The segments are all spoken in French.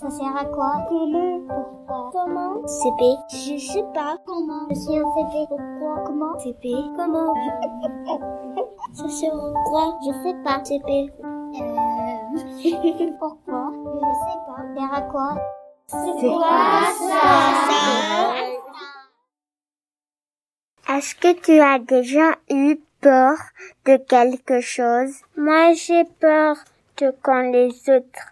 Ça sert à quoi Comment Pourquoi Comment CP Je sais pas. Comment Je suis un CP. Pourquoi Comment CP Comment Ça sert à quoi Je sais pas. CP Euh... Pourquoi Je sais pas. Ça sert à quoi C'est quoi ça Est-ce que tu as déjà eu peur de quelque chose Moi j'ai peur de quand les autres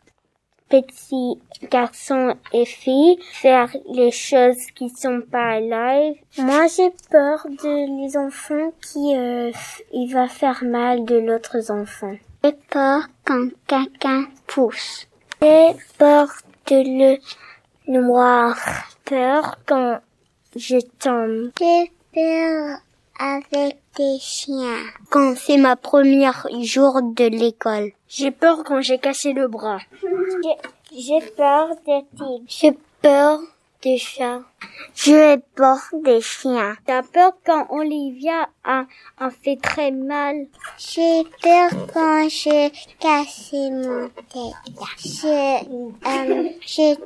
petits garçons et filles faire les choses qui sont pas live. Moi, j'ai peur de les enfants qui euh, il va faire mal de l'autres enfants. J'ai peur quand quelqu'un pousse. J'ai peur de le noir. Peur quand je tombe. J'ai peur avec des chiens. Quand c'est ma première jour de l'école. J'ai peur quand j'ai cassé le bras. J'ai peur des tigres. J'ai peur des chats. J'ai peur des chiens. T'as peur quand Olivia a, a fait très mal. J'ai peur quand j'ai cassé mon tête. J'ai euh,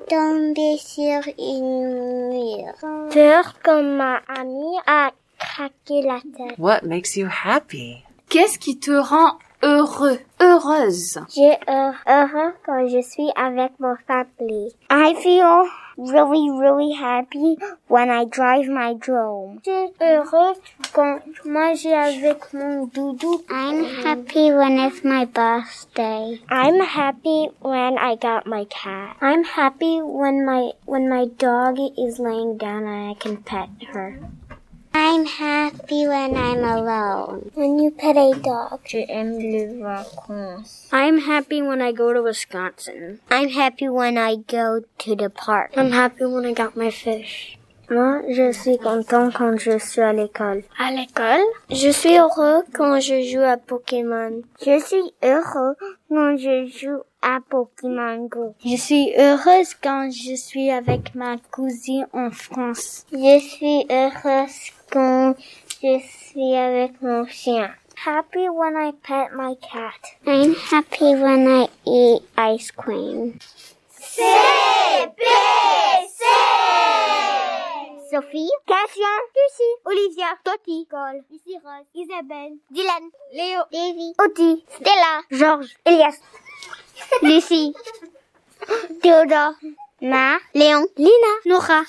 tombé sur une mur. Peur quand ma amie a craqué la tête. What makes you happy? Qu'est-ce qui te rend heureux, heureuse J'ai heure- heureux uh, uh-huh, quand je suis avec mon famille. I feel really, really happy when I drive my drone. J'ai heureux quand moi j'ai avec mon doudou. I'm happy when it's my birthday. I'm happy when I got my cat. I'm happy when my when my dog is laying down and I can pet her. I'm happy when I'm alone. When you pet a dog. J'aime les vacances. I'm happy when I go to Wisconsin. I'm happy when I go to the park. I'm happy when I got my fish. Moi, je suis content quand je suis à l'école. À l'école? Je suis heureux quand je joue à Pokémon. Je suis heureux quand je joue à Pokémon Go. Je suis heureuse quand je suis avec ma cousine en France. Je suis heureuse quand je suis avec mon chien. Happy when I pet my cat. I'm happy when I eat ice cream. Sophie, Cassien, Lucie, Olivia, Totti, Cole, Lucie Rose, Isabelle, Dylan, Léo, Davy, Oti, Stella, Georges, Elias, Lucie, Théodore, Ma, Léon, Lina, Nora,